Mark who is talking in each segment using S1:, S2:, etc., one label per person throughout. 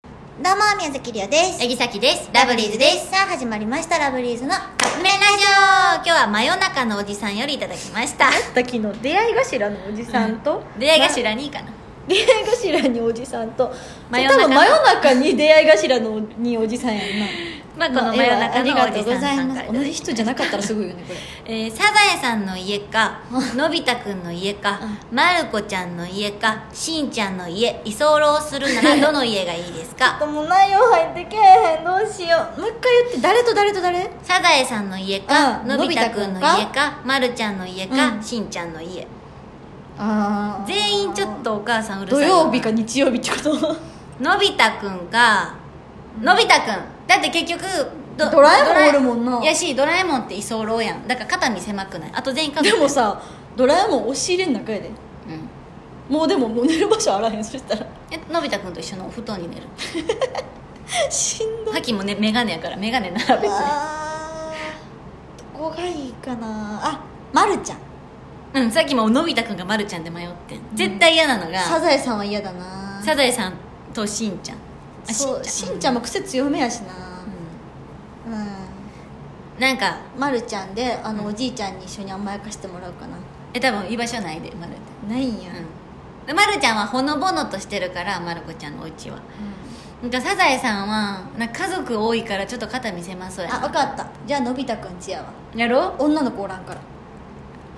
S1: どうも宮崎りおです
S2: 八木咲です
S1: ラブリーズですさあ始まりましたラブリーズの
S2: カップ麺ラジオ今日は真夜中のおじさんよりいただきま した
S1: 時の出会い頭のおじさんと、
S2: 出会い頭にいいかな
S1: 出会い頭におじさんと
S2: 真夜中
S1: 多
S2: の
S1: 分真夜中に出会い頭のにおじさんやんな
S2: まあ この真夜中のおじさんさん
S1: ありがとうござ
S2: か
S1: い
S2: ら
S1: ます同じ人じゃなかったらすごいよねこれ
S2: えー、サザエさんの家かのび太くんの家かまる子ちゃんの家かしんちゃんの家居候する ならどの家がいいですか
S1: でも内容入ってけえへんどうしようもう一回言って誰と誰と誰
S2: サザエさんの家か
S1: うん
S2: のび太くん
S1: の
S2: の
S1: び
S2: 家
S1: 太
S2: かまるちゃんの家か、
S1: うん
S2: しんちゃんの家
S1: あー
S2: 全員ちょっとお母さんうるさ
S1: 土
S2: いな
S1: 曜日か日曜日ってこと
S2: のび太くんがのび太くんだって結局ど
S1: ドラえもんおるもんない
S2: やしドラえもんって居候やんだから肩身狭くないあと全員家
S1: で
S2: 族
S1: もさドラえもん押し入れん中やで
S2: うん
S1: もうでももう寝る場所あらへんそしたら
S2: えのび太くんと一緒のお布団に寝る
S1: しんどい
S2: 覇気もね眼鏡やから眼鏡なら別に
S1: あーどこがいいかなあまるちゃん
S2: うんさっきものび太くんがまるちゃんで迷ってん絶対嫌なのが、
S1: サザエさんは嫌だな
S2: サザエさんとしんちゃんあ
S1: そうしんちゃんも癖強めやしなうん、
S2: うんなんか
S1: まるちゃんであの
S2: うん
S1: おじいちゃんに一緒に甘やかしてもらうかな
S2: え多分居場所ないでまるち
S1: ないんや
S2: ゃん、うんで、まるちゃんはほのぼのとしてるからまる子ちゃんのお家はなんかサザエさんはなんか家族多いからちょっと肩見せまそうや
S1: あ
S2: な
S1: 分かったじゃあのび太くんちやわ
S2: やろ
S1: 女の子おらんから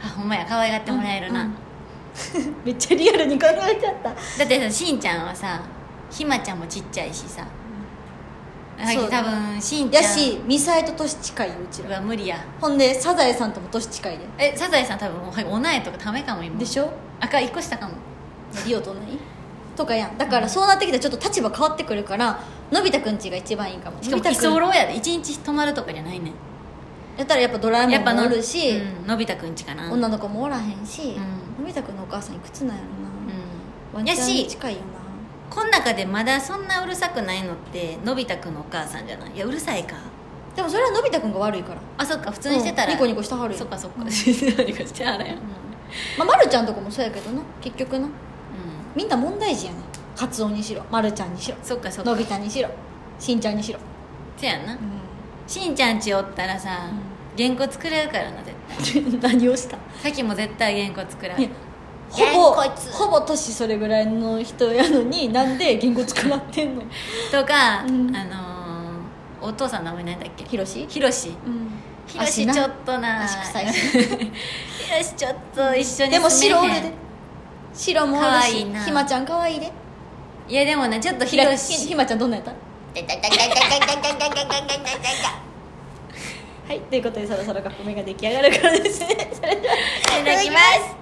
S2: あほんまや可愛がってもらえるな、
S1: うん うんめっちゃリアルに考えちゃった
S2: だってさしんちゃんはさひまちゃんもちっちゃいしさ、
S1: ん
S2: はい
S1: そうだ
S2: 多分しんちゃ
S1: や
S2: ん
S1: しミサイと年近いようちら
S2: は無理や
S1: ほんでサザエさんとも年近いで
S2: えサザエさん多分もうはいおなえとかためかも今
S1: でし
S2: ょ
S1: ょ
S2: あか一個下かも
S1: リオと何とかやんだからそうなってきたらちょっと立場変わってくるからのび太くんちが一番いいかも
S2: しかも
S1: の
S2: 居
S1: び太くん
S2: 候やで一日泊まるとかじゃないね
S1: やったらやっぱドラえ
S2: やっ
S1: も
S2: ぱ
S1: んも
S2: の
S1: おるし、
S2: うんのび太くんちかな
S1: 女の子もおらへんし、
S2: う
S1: のび太くんのお母さんいくつなんやろな、
S2: う
S1: ワ
S2: ん
S1: ン
S2: や
S1: ちゃんに
S2: し
S1: 近いよな
S2: こん中でまだそんなうるさくないのってのび太くんのお母さんじゃないいやうるさいか
S1: でもそれはのび太くんが悪いから
S2: あそっか普通にしてたら、
S1: うんニコニコしてはるよ
S2: そっかそっか、
S1: うん
S2: 何かしてはるやん、うん、
S1: まあ、まるちゃんとかもそうやけどな結局なみんな問題児やねんカツオにしろまるちゃんにしろ
S2: そっかそっ
S1: の
S2: か
S1: び太にしろしんちゃんにしろ、
S2: せやんなしんちゃんちおったらさ、原稿作れるからな絶対
S1: 何をした
S2: さっきも絶対原稿作らん
S1: いやほぼ
S2: えーこいつ
S1: ほぼ年それぐらいの人やの になんで言語作らってんの
S2: とか、
S1: うん
S2: あのーお父さんの名前なんだっけ
S1: ひろし
S2: ひろし
S1: うん
S2: ひろしちょっとな
S1: 足臭い
S2: ひろしちょっと一緒に
S1: でも白お
S2: 住
S1: る
S2: めへん
S1: で白もお
S2: か
S1: る
S2: わ
S1: し
S2: いいな
S1: ひまちゃんかわいいで
S2: いやでもなちょっとひろし
S1: ひひまちゃんどんなんやったはいということでそろそろカップ麺が出来上がるからですねそれではい
S2: ただきます